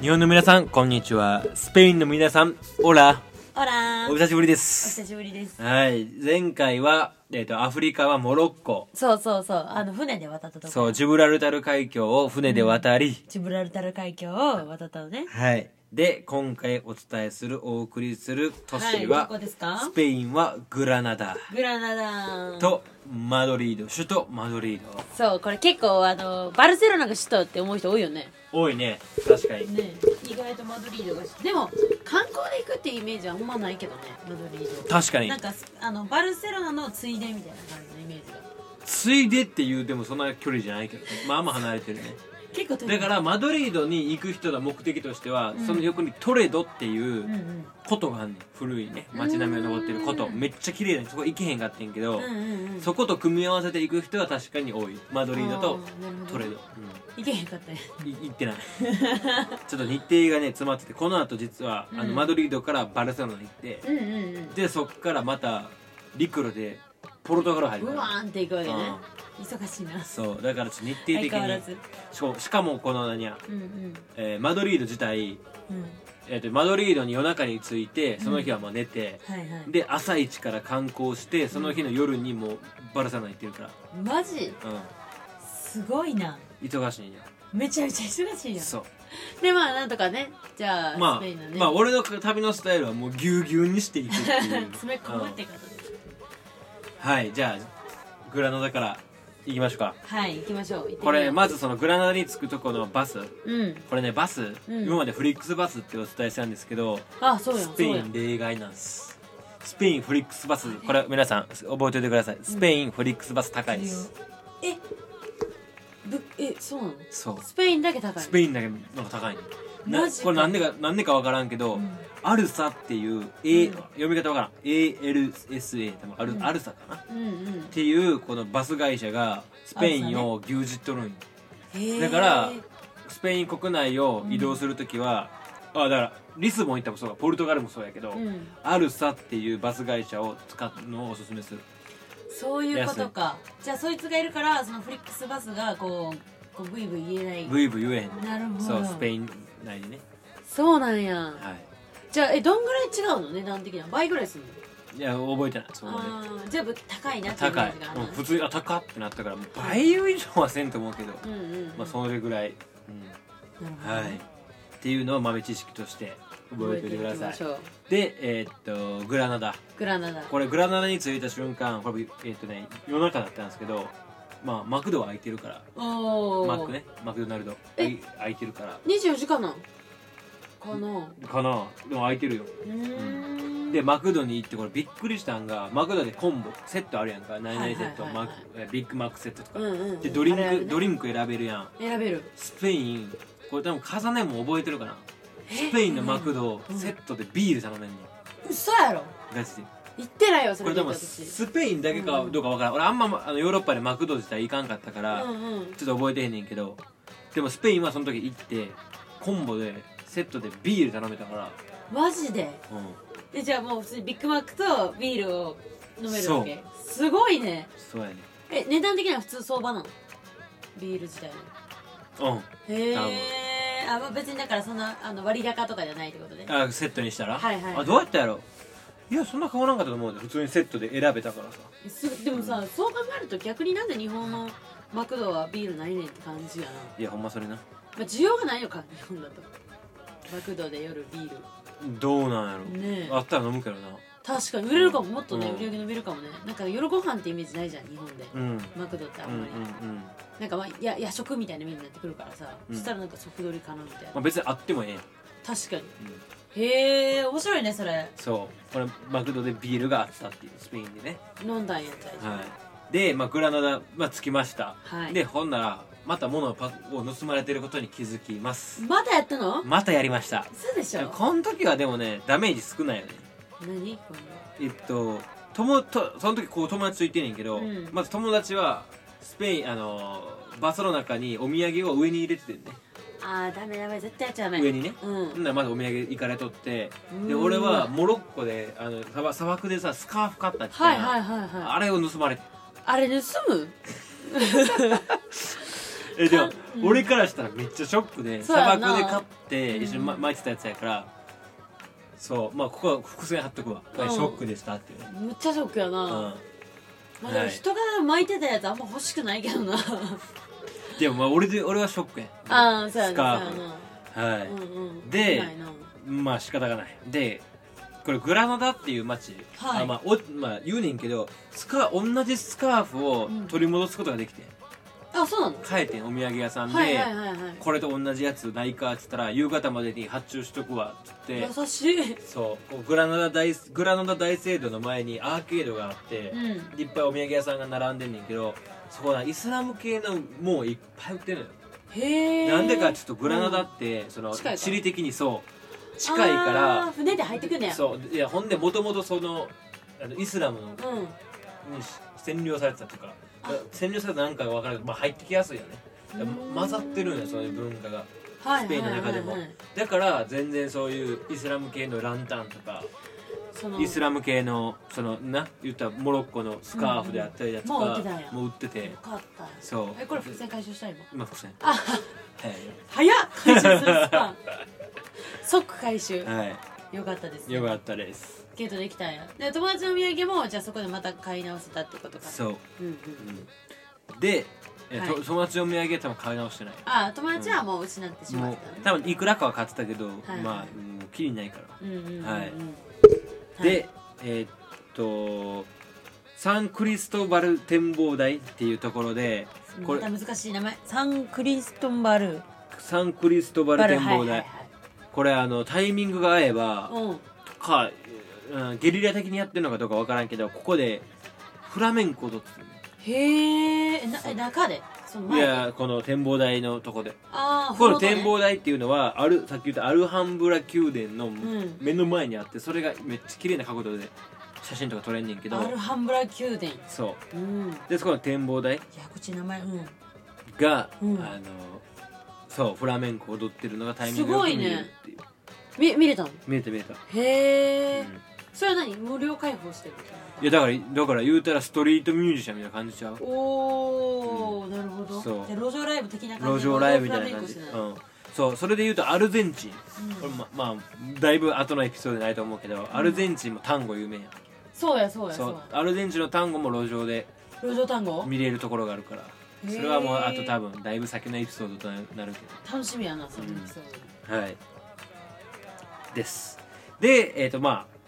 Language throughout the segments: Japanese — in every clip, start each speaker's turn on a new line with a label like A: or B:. A: 日本の皆さんこんにちはスペインの皆さんオラ
B: ほらー
A: お
B: お
A: 久しぶりです
B: 久しぶりです
A: はい前回は、えー、とアフリカはモロッコ
B: そうそうそうあの船で渡ったとこ
A: そうジブラルタル海峡を船で渡り、
B: ジブラルタル海峡を渡ったのね
A: はいで今回お伝えするお送りする都市
B: は
A: は、
B: いどこですか
A: スペインはグラナダ
B: グラナダ
A: とマドリード首都マドリード
B: そうこれ結構あのバルセロナが首都って思う人多いよね
A: 多いね確かに
B: ね意外とマドリードがでも観光で行くっていうイメージはあんまないけどねマドリード
A: 確かに
B: なんかあのバルセロナのついでみたいな感じのイメージが
A: ついでっていうでもそんな距離じゃないけどまあまあ離れてるね
B: 結構遠い
A: だからマドリードに行く人の目的としては、
B: ん
A: その横にトレドっていう
B: うんうん
A: ことがあんねん古いね街並みが残ってること
B: うん
A: めっちゃ綺麗だねそこ行けへんかってんけど、
B: うんうんうん
A: そこと組み合わせて行く人は確かに多いマドリードと
B: あーなるほど
A: トレド、
B: 行けへんかったね
A: うん、い行 ってないちょっと日程がね詰まっててこの後実は、あ
B: う
A: の
B: ん
A: マドリードからバルセロナに行って
B: うんうんうん
A: でそっからまた陸路でポルトガル入る
B: うわーんって行くわけね
A: う
B: 忙しいな
A: そうだからちょっと日程的
B: 相変わら
A: に
B: ず
A: しかもしかもこの何や、
B: うんうん
A: えーマドリード自体
B: うん
A: えーとマドリードに夜中に着いてその日はもう寝て、
B: はいはい
A: で朝一から観光してその日の夜にもうバルサロナ行ってるか
B: マジ
A: ら、うん、
B: すごいな
A: 忙しいんや
B: めちゃめちゃ忙しいやん
A: そう
B: でまあなんとかねじゃあ、
A: ま
B: スペインの
A: あ
B: ね、
A: まあ俺の旅のスタイルはもうぎゅうぎゅうにしていくっていう
B: 詰め込むってことです
A: うんはいじゃあグラナダから行きましょうか
B: はい行きましょう行ってみよう
A: これまずそのグラナダに着くとこのバス
B: うん
A: これねバス、
B: うん
A: 今までフリックスバスってお伝えしたんですけど
B: あそうや
A: ス
B: ん
A: ペ
B: そう
A: イ
B: や
A: ン
B: ん
A: 例外なんですスペインフリックスバスこれ皆さん覚えておいてくださいスペインフリックスバス高いです、
B: えぶえそうなの
A: そう
B: スペインだけ高い
A: スペインだけなんか高いねな
B: マジか
A: これなんでかなんでかわからんけど、
B: うん
A: アルサっていう、A
B: うん
A: 読み方わからん ALSA 多分アル,、
B: うん
A: アルサかなっ
B: うんうん
A: ていうこのバス会社がスペインを牛耳っとるんよ
B: へー
A: だからスペイン国内を移動するときは、あだからリスボン行ったもそうかポルトガルもそうやけど、
B: うん
A: アルサっていうバス会社を使うのをおすすめする
B: そういうことかじゃあそいつがいるからそのフリックスバスがこうこうブイブイ言えない
A: ブイブイ言えへんの
B: なるほど
A: そうスペイン内でね
B: そうなんや
A: はい
B: じゃあえどんぐらい違うの値段的には倍ぐらいするの
A: いや覚えてないそこまで
B: ああーじゃあ高いなっていうイメ
A: 高い
B: ージがあ、
A: うん、
B: る
A: 普通にあ高っってなったからもう倍以上はせんと思うけど、
B: うんうんうん
A: まあそれぐらい、
B: な
A: う
B: る
A: ん
B: ほど
A: はいっていうのを豆知識として覚えておいてくだ
B: 覚
A: さ
B: えてきまし
A: い
B: ょう
A: でえーっとグラナダ
B: グラナダ
A: これグラナダに着いた瞬間これえーっとね夜中だったんですけどまあマクドは空いてるから
B: おお
A: マックねマクドナルド
B: え
A: 空いてるから
B: 24時間なんかな
A: かなでも空いてるよ
B: うーん
A: でマクドに行ってこれびっくりしたんがマクドでコンボセットあるやんか何々セット、
B: はいはいはい
A: マ
B: はい
A: ックビッグマックセットとか、
B: うんうんうん
A: でドリンク、
B: あれあれね
A: ドリンク選べるやん
B: 選べる
A: スペインこれ多分カザネも覚えてるかな
B: ス
A: スペインのマクド
B: うん
A: セットでビール頼めんねん
B: 嘘やろ
A: ガチで
B: 行ってないよそ
A: こ
B: れ
A: れ
B: 聞
A: で
B: いた
A: も
B: 私
A: スペインだけかどうかわからん俺あんまあのヨーロッパでマクド自体行かんかったから
B: うんうん
A: ちょっと覚えてへんねんけどでもスペインはその時行ってコンボでセットでビール頼めたから
B: マジで
A: うん
B: でじゃあもう普通にビッグマックとビールを飲める
A: そ
B: わ
A: う
B: けすごいね
A: そうやね
B: え値段的には普通相場なのビール自体の
A: う
B: へえ
A: 多
B: あ、まあ、別にだからそんなあの割高とかじゃないってことね
A: んあセットにしたら、
B: はいはい
A: あどうやったやろいやそんな変わらんかったと思うで普通にセットで選べたからさ
B: すでもさそう考えると逆になんで日本のマクドはビールないねんって感じやな、
A: いやほんまそれな
B: まあ、需要がないのか日本だとマクドで夜ビー
A: どうなんやろ、
B: ルねえ
A: あったら飲むけどな
B: 確かに売れるかももっとね、
A: うん
B: 売り上げ伸びるかもねなんか夜ご飯ってイメージないじゃん日本で、
A: うん
B: マクドってあ
A: うんんうん
B: まり、
A: うん
B: なんかまあや夜食みたいなメニューになってくるからさ、
A: うん
B: そしたらなんか即取りかなみたいな
A: まあ、別にあってもええやん、
B: 確かに
A: うん
B: へえ面白いねそれ
A: そうこれマクドでビールがあったっていうスペインでね、
B: 飲んだんやったり
A: はい、で、まあ、グラナダ、まあ、着きました、
B: はい
A: でほんならまた物をパを盗まれてることに気づきます
B: まだやったの
A: またやりました
B: そうでしょ
A: この時はでもねダメージ少ないよね
B: 何こ
A: えっと友とその時こう友達と行ってんねんけど、
B: うん
A: まず友達はスペインあのーバスの中にお土産を上に入れててんね
B: のあーダメダメ絶対やっちゃダメ
A: 上にね
B: うん
A: ほんならまずお土産行かれとってで
B: うん
A: 俺はモロッコであの砂砂漠でさスカーフ買ったって言った
B: はい
A: やん
B: はいはいはい
A: あれを盗まれて
B: あれ盗む
A: えでも
B: かんうん
A: 俺からしたらめっちゃショックで
B: そう
A: 砂
B: やな
A: 漠で買って
B: うん
A: 一緒にま巻いてたやつやからそうまあここは伏線貼っとくわ、
B: うん
A: ショックでしたっていうね、
B: むっちゃショックやな、
A: うん、
B: まあ、でも人が巻いてたやつあんま欲しくないけど な
A: でもまあ俺で俺はショックや
B: ああそうや
A: スカ
B: な
A: ー
B: そう
A: フ
B: や
A: は
B: な、
A: い、
B: うんうん
A: で
B: ないな
A: まあ仕方がないでこれグラナダっていう街、
B: はい
A: あまあおまあ、言うねんけどスカ同じスカーフを取り戻すことができて、
B: あそうなの
A: 帰ってんお土産屋さんで、
B: はいはいはいはい
A: これと同じやつないかっつったら夕方までに発注しとくわっつって
B: 優しい
A: そうこうグラナダ大グラナダ大聖堂の前にアーケードがあって、
B: うん
A: いっぱいお土産屋さんが並んでんねんけどそこはイスラム系のもういっぱい売ってるのよ、
B: へえ
A: なんでかちょっとグラナダって、その
B: 近いから
A: 地理的にそう近いから
B: 船で入ってくんねや
A: そういやほんでもともとそのあのイスラムのに
B: うん
A: 占領されてたとか
B: あ
A: 占領されたなんか分からんけど、まあ、入ってきやすいよねだから
B: うん
A: 混ざってるんよそういう文化が
B: はい
A: スペインの中でも
B: はいはいはい
A: だから全然そういうイスラム系のランタンとか
B: その
A: イスラム系のそのな言ったらモロッコのスカーフであったりだとか、
B: うんうんもう売ってたんや
A: もう売ってて
B: よかったよ
A: そう
B: えこれ伏線回収した今
A: 今伏線
B: あ
A: は
B: 早っ回収するス パン即回収
A: い、は
B: よかったです
A: い、
B: ね
A: よかったです
B: ゲートできたんやで友達のお土産もじゃあそこでまた買い直せたってことか
A: そう、
B: うんうん
A: うん、で、えと
B: はい
A: 友達のお土産多分買い直してない
B: あ友達はもう失ってしま
A: も
B: っ
A: う
B: たね
A: 多分いくらかは買ってたけど、
B: はい
A: まあもうきりないから、
B: うんうんうんうん
A: はい
B: はい
A: でえーっとサンクリストバル展望台っていうところでこ
B: ま
A: れ
B: た難しい名前サンクリストンバル
A: サンクリストバル展望台、
B: はいはい
A: これあのタイミングが合えば、
B: はいうん
A: か、うん、ゲリラ的にやってるのかどうかわからんけどここでフラメンコ踊ってたね
B: へーえなえ中でその
A: い
B: 前で
A: やこの展望台のとこで
B: ああ
A: この展望台っていうのはあるさっき言ったアルハンブラ宮殿の
B: ん
A: 目の前にあって、それがめっちゃ綺麗な角度で写真とか撮れんねんけど
B: アルハンブラ宮殿
A: そ
B: うんいう
A: でそこの展望台
B: やこっち名前うん
A: が、
B: うん
A: あのそうフラメンコ踊ってるのがタイミングよく見えるっていう、
B: み見れたの
A: 見えた見えた、
B: へえ、
A: うん
B: それは何無料開放してる
A: いやだからだから言うたらストリートミュージシャンみたいな感じちゃう
B: おお、なるほど
A: そう
B: じゃあ路上ライブ的な感
A: 路
B: じ
A: 上ライブみたいな感じ、
B: フラメンコして
A: う
B: たの
A: ん、そうそれで言うとアルゼンチン、
B: うん
A: これままあだいぶ後のエピソードにないと思うけど、アルゼンチンも単語有名やん
B: そうやそうやそう
A: そう
B: や
A: アルゼンチンの単語も路上で
B: 路上単語
A: 見れるところがあるから
B: へー
A: それはもうあと多分だいぶ先のエピソードとななるけ
B: 楽しみやなそのエピソー
A: どはいですでえっ、とまあ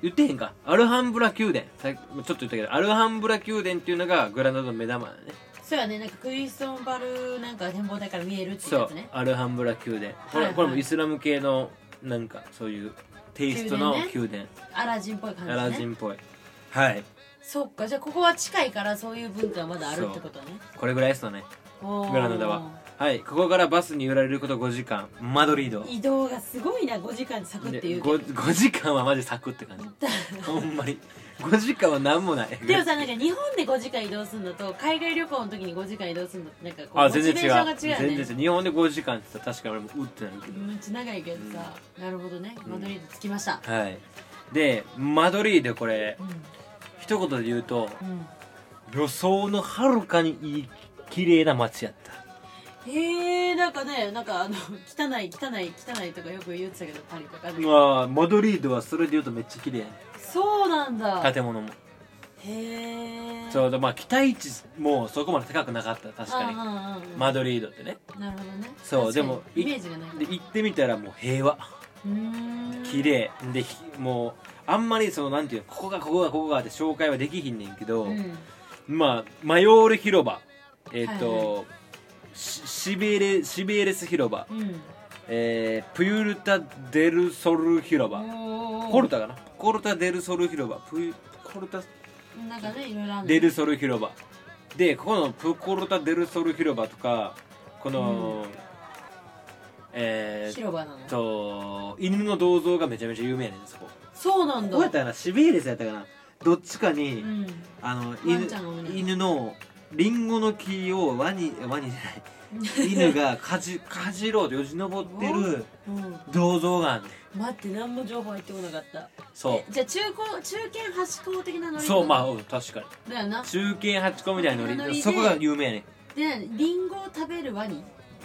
A: 言ってへんかアルハンブラ宮殿さちょっと言ったけどアルハンブラ宮殿っていうのがグラナダの目玉だね
B: ドそうやねなんかクリストンバルなんか展望台から見えるっていう
A: そ
B: や
A: う
B: つね
A: アルハンブラ宮殿これ,、
B: はいはい
A: これもイスラム系のなんかそういうテイストの宮殿
B: アラジンっぽい
A: ア
B: 感
A: ラ
B: じ
A: ジ
B: ね
A: ンっぽいはい
B: そっかじゃあここは近いからそういう文化はまだあるってことね
A: これぐらいですかね
B: おー
A: グラナダははいここからバスに揺られること5時間マドリード
B: 移動がすごいな5時間サクっていうけど
A: 5, 時間はマジサクって感じ ほんまに5時間は何もない
B: でもさなんか日本で5時間移動するのと海外旅行の時に5時間移動するのってなんかこう
A: あ
B: モチ
A: 全
B: ベー
A: 然違う
B: ションが違うよね
A: 全然違う日本で5時間って言ったら確かに俺もうってなるけど、
B: めっちゃ長いけどさ、なるほどねマドリード着きました
A: はいでマドリードこれ
B: う
A: 一言で言うと
B: ん、うん
A: 予想のはるかにいい綺麗な街やった
B: へえなんかねなんかあの汚い汚い汚いとかよく言ってたけどパリとかで、
A: まあマドリードはそれで言うとめっちゃ綺麗やね
B: そうなんだ
A: 建物も
B: へえ
A: ちょうどまあ期待値もそこまで高くなかった確かに
B: かに
A: マ
B: だ
A: ドリードってね
B: なるほどね
A: そう
B: 確かに
A: でもい
B: イメージがないから
A: で行ってみたらもう平和
B: うーん
A: 綺麗でひもうあんまりそのなんていうのここがここがここがって紹介はできひんねんけど、
B: うん
A: まあマヨール広場えっ、
B: はい
A: と、シシベレシベレス広場、
B: うん
A: えープユルタ・デル・ソル広場、
B: おー
A: コルタかなコルタ・デル・ソル広場プユコルタ・
B: なんかねいろいろある
A: デル・ソル広場でここのプコルタ・デル・ソル広場とかこの、えー、っ
B: 広場なの
A: と犬の銅像がめちゃめちゃ有名やねんそこ
B: そうなんだ
A: どうやったかなシベリスやったかなどっちか
B: う
A: に、
B: ん
A: あの
B: ワン
A: 犬
B: ちゃんがおるね
A: 犬のリンゴの木をワニワニじゃない 犬がかじかじろうとよじ登ってる
B: うん
A: 銅像があんねん
B: 待って何も情報入ってこなかった
A: そ
B: えじゃあ中高中堅端高的なノ
A: う
B: リ
A: そうまあうん確かに
B: だよな
A: 中堅八個みたいな
B: 中堅
A: の
B: のノリで
A: そこが有名やねん
B: で何リンゴを食べるワニ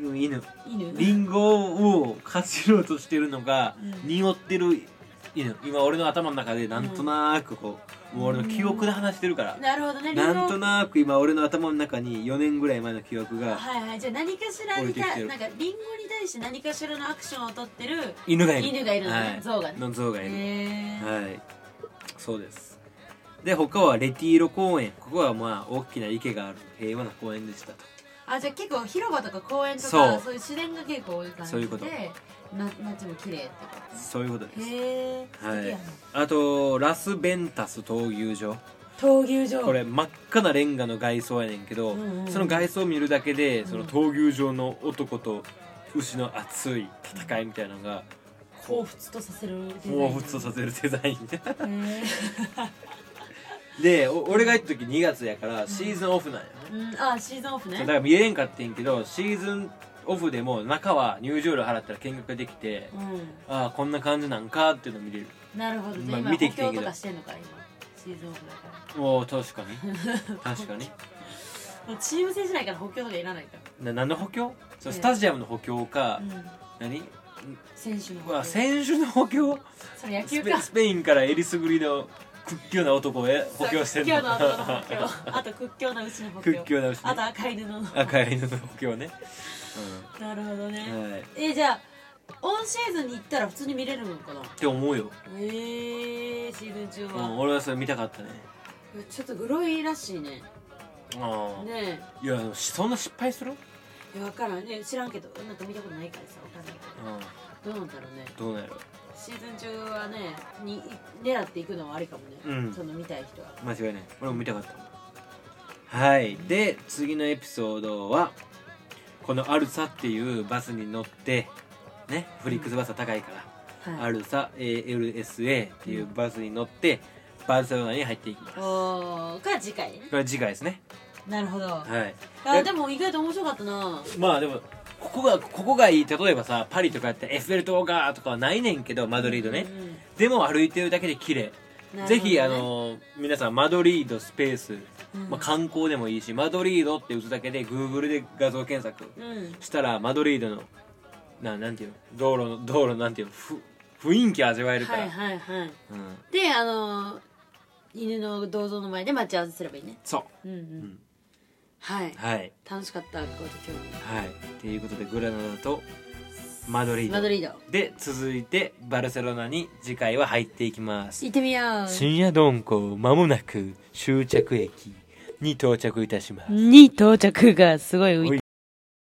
A: 犬
B: 犬
A: リンゴをかじろうとしてるのが
B: うん
A: 匂ってる犬今俺の頭の中でなんとなくこうもう俺の記憶で話してるから
B: なるほどねリンゴ
A: なんとなく今俺の頭の中に4年ぐらい前の記憶が
B: はいはいじゃあ何かしらに
A: 降りてき
B: た
A: てる
B: なんかリンゴに対して何かしらのアクションを取ってる
A: 犬がいる
B: 犬がいるのね
A: はい
B: 象がね
A: の象がいる
B: へー
A: はいそうですで他はレティーロ公園ここはまあ大きな池がある平和な公園でしたと
B: あじゃあ結構広場とか公園とか
A: そ
B: そうういう自然が結構多い感じで
A: そういうこと
B: な街も綺麗ってこと
A: そういうことです
B: ねへえ
A: はいあとラスベンタス闘牛場
B: 闘牛場
A: これ真っ赤なレンガの外装やねんけど、
B: うんうんうん
A: その外装を見るだけでその
B: うん
A: 闘牛場の男と牛の熱い戦いみたいなのが
B: 彷彿とさせるデザイン
A: 彷彿とさせるデザイン で
B: へー
A: でお俺が行った時2月やからシーズンオフなんや、
B: うんあシーズンオフ
A: そうだ
B: ね
A: から見えれんかってんけどシーズンオフでも中は入場料払ったら見学できて、
B: う
A: ああこんな感じなんかっていうの見れる
B: んなるほどじゃ
A: まあ
B: あ今
A: 見て
B: 補
A: きてん
B: 強
A: けど
B: とかしてんのか今シーズンオフだか
A: おー確か に確かに
B: らもうチーム戦じゃないから補強とかいらないか
A: な何の補強そう
B: ええ、
A: スタジアムの補強から
B: うん、
A: 何
B: 選手の補
A: う
B: 強
A: わ選手の補強
B: それ野球
A: スペ
B: か
A: スペインからえりすぐりの屈強な男をえ補強してん
B: 屈
A: の
B: 強な男の補強あと屈強な牛の補強
A: 屈強な牛
B: あ
A: ね
B: と赤犬の
A: 赤い犬の補強ね、
B: なるほどね、
A: うん、はいっ
B: えじゃあオンシーズンに行ったら普通に見れるのかな
A: て思うよ、
B: ええシーズン中
A: う
B: は、
A: ん、俺はそれ見たかったね
B: ちょっとグロいらしいね
A: ああ
B: ね
A: いやそんな失敗する、うん、
B: えいや分からんね知らんけどなんか見たことないからさ分かんないけどどうなんだろうね
A: どうなんやろ
B: シーズン中はねに狙っていくのはありかもね、
A: うん
B: その見たい人は
A: 間違いない俺も見たかったはいで次のエピソードはこのアルサっていうバスに乗ってねフリックスバスは高いから、ア
B: い
A: ルサ ALSA っていうバスに乗ってバルセロナに入っていきますこ
B: おーが次回ね
A: れ次回ですね
B: なるほど
A: はい
B: あでも意外と面白かったな
A: まあでもここがここがいい例えばさパリとかやってエッフェル塔がとかはないねんけどマドリードね、
B: うんうん
A: でも歩いてるだけで綺麗
B: なるほどね
A: ぜひあの皆さんマドリードスペース、
B: うん
A: まあ、観光でもいいしマドリードって打つだけで Google で画像検索
B: うん
A: したらマドリードのななんていうの道路の道路のなんていうのふ雰囲気味わえるから、
B: はいはいは
A: う
B: い
A: ん、
B: であの犬の銅像の前で待ち合わせすればいいね
A: そ
B: うんうん、
A: う、うん、
B: はい
A: はい
B: 楽しかったごちそ
A: はいということでグラナダとマドリ
B: う
A: ー
B: マド
A: ド
B: リード
A: で続いてバルセロナに次回は入っていきます
B: 行ってみよう
A: 深夜鈍行まもなく終着駅に到着いたします
B: に到着がすごい浮いた